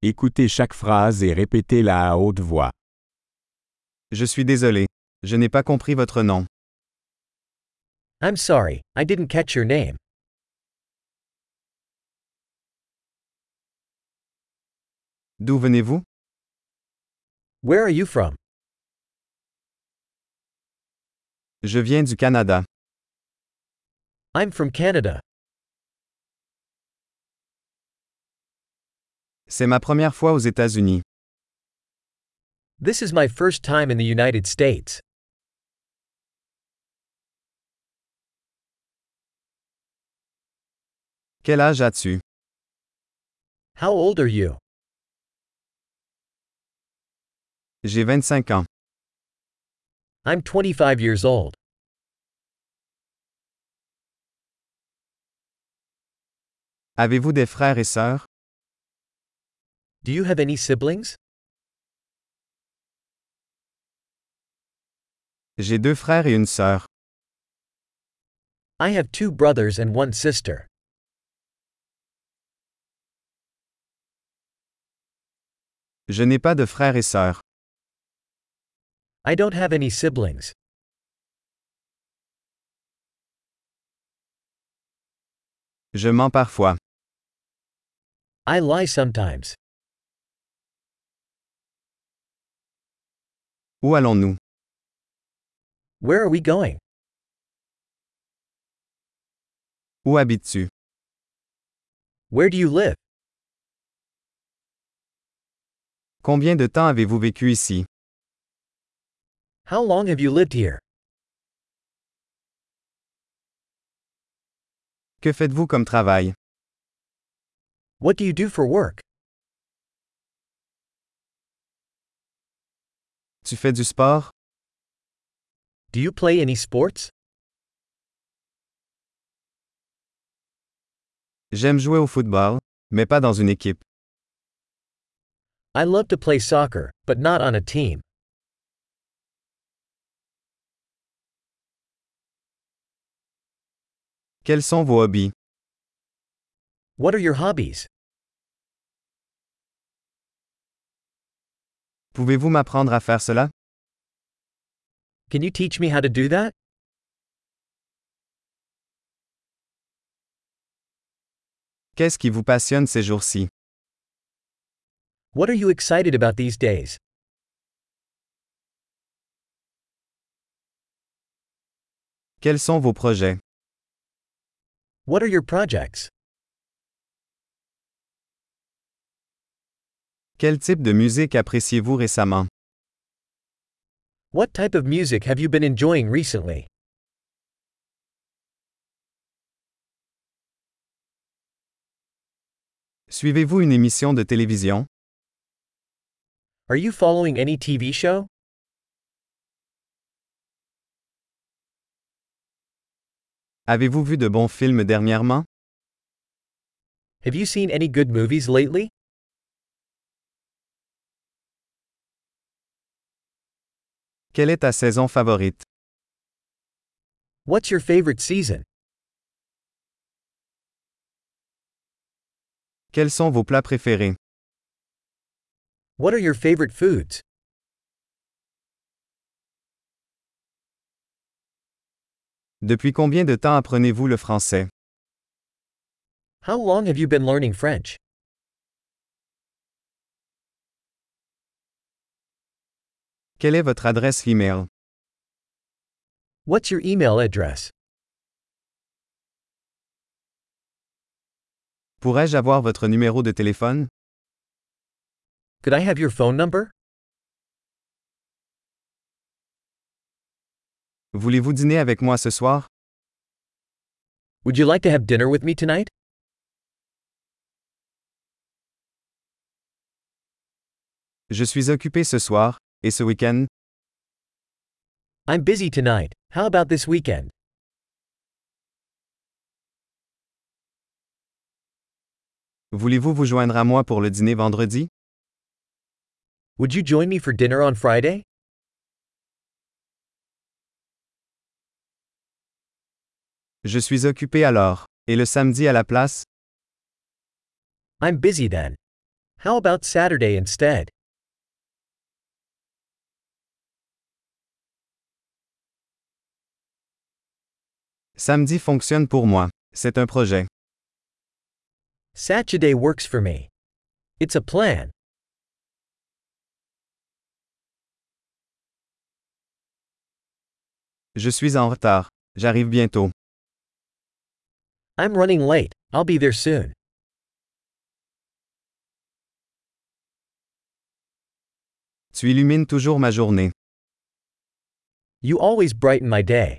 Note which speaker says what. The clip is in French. Speaker 1: Écoutez chaque phrase et répétez-la à haute voix.
Speaker 2: Je suis désolé. Je n'ai pas compris votre nom.
Speaker 3: I'm sorry, I didn't catch your name.
Speaker 2: D'où venez-vous
Speaker 3: Where are you from?
Speaker 2: Je viens du Canada.
Speaker 3: I'm from Canada.
Speaker 2: C'est ma première fois aux États-Unis.
Speaker 3: This is my first time in the United States.
Speaker 2: Quel âge as-tu
Speaker 3: How old are you?
Speaker 2: J'ai 25 ans.
Speaker 3: I'm 25 years old.
Speaker 2: Avez-vous des frères et sœurs
Speaker 3: Do you have any siblings?
Speaker 2: J'ai deux frères et une sœur.
Speaker 3: I have two brothers and one sister.
Speaker 2: Je n'ai pas de frères et sœurs.
Speaker 3: I don't have any siblings.
Speaker 2: Je mens parfois.
Speaker 3: I lie sometimes.
Speaker 2: Où allons-nous
Speaker 3: Where are we going?
Speaker 2: Où habites-tu
Speaker 3: Where do you live?
Speaker 2: Combien de temps avez-vous vécu ici
Speaker 3: How long have you lived here?
Speaker 2: Que faites-vous comme travail
Speaker 3: What do you do for work?
Speaker 2: Tu fais du sport
Speaker 3: Do you play any sports?
Speaker 2: J'aime jouer au football, mais pas dans une équipe.
Speaker 3: I love to play soccer, but not on a team.
Speaker 2: Quels sont vos hobbies
Speaker 3: What are your hobbies?
Speaker 2: Pouvez-vous m'apprendre à faire cela
Speaker 3: Can you teach me how to do that?
Speaker 2: Qu'est-ce qui vous passionne ces jours-ci
Speaker 3: What are you excited about these days?
Speaker 2: Quels sont vos projets
Speaker 3: What are your projects?
Speaker 2: Quel type de musique appréciez-vous récemment
Speaker 3: What type of music have you been enjoying recently?
Speaker 2: Suivez-vous une émission de télévision
Speaker 3: Are you following any TV show?
Speaker 2: Avez-vous vu de bons films dernièrement
Speaker 3: Have you seen any good movies lately?
Speaker 2: Quelle est ta saison favorite
Speaker 3: What's your favorite season?
Speaker 2: Quels sont vos plats préférés
Speaker 3: What are your favorite foods?
Speaker 2: Depuis combien de temps apprenez-vous le français
Speaker 3: How long have you been learning French?
Speaker 2: Quelle est votre adresse email
Speaker 3: What's your email address?
Speaker 2: Pourrais-je avoir votre numéro de téléphone
Speaker 3: Could I have your phone number?
Speaker 2: Voulez-vous dîner avec moi ce soir
Speaker 3: Would you like to have dinner with me tonight?
Speaker 2: Je suis occupé ce soir et ce week-end.
Speaker 3: I'm busy tonight. How about this weekend?
Speaker 2: Voulez-vous vous joindre à moi pour le dîner vendredi
Speaker 3: Would you join me for dinner on Friday?
Speaker 2: Je suis occupé alors. Et le samedi à la place
Speaker 3: I'm busy then. How about Saturday instead?
Speaker 2: Samedi fonctionne pour moi. C'est un projet.
Speaker 3: Saturday works for me. It's a plan.
Speaker 2: Je suis en retard. J'arrive bientôt.
Speaker 3: I'm running late. I'll be there soon.
Speaker 2: Tu illumines toujours ma journée.
Speaker 3: You always brighten my day.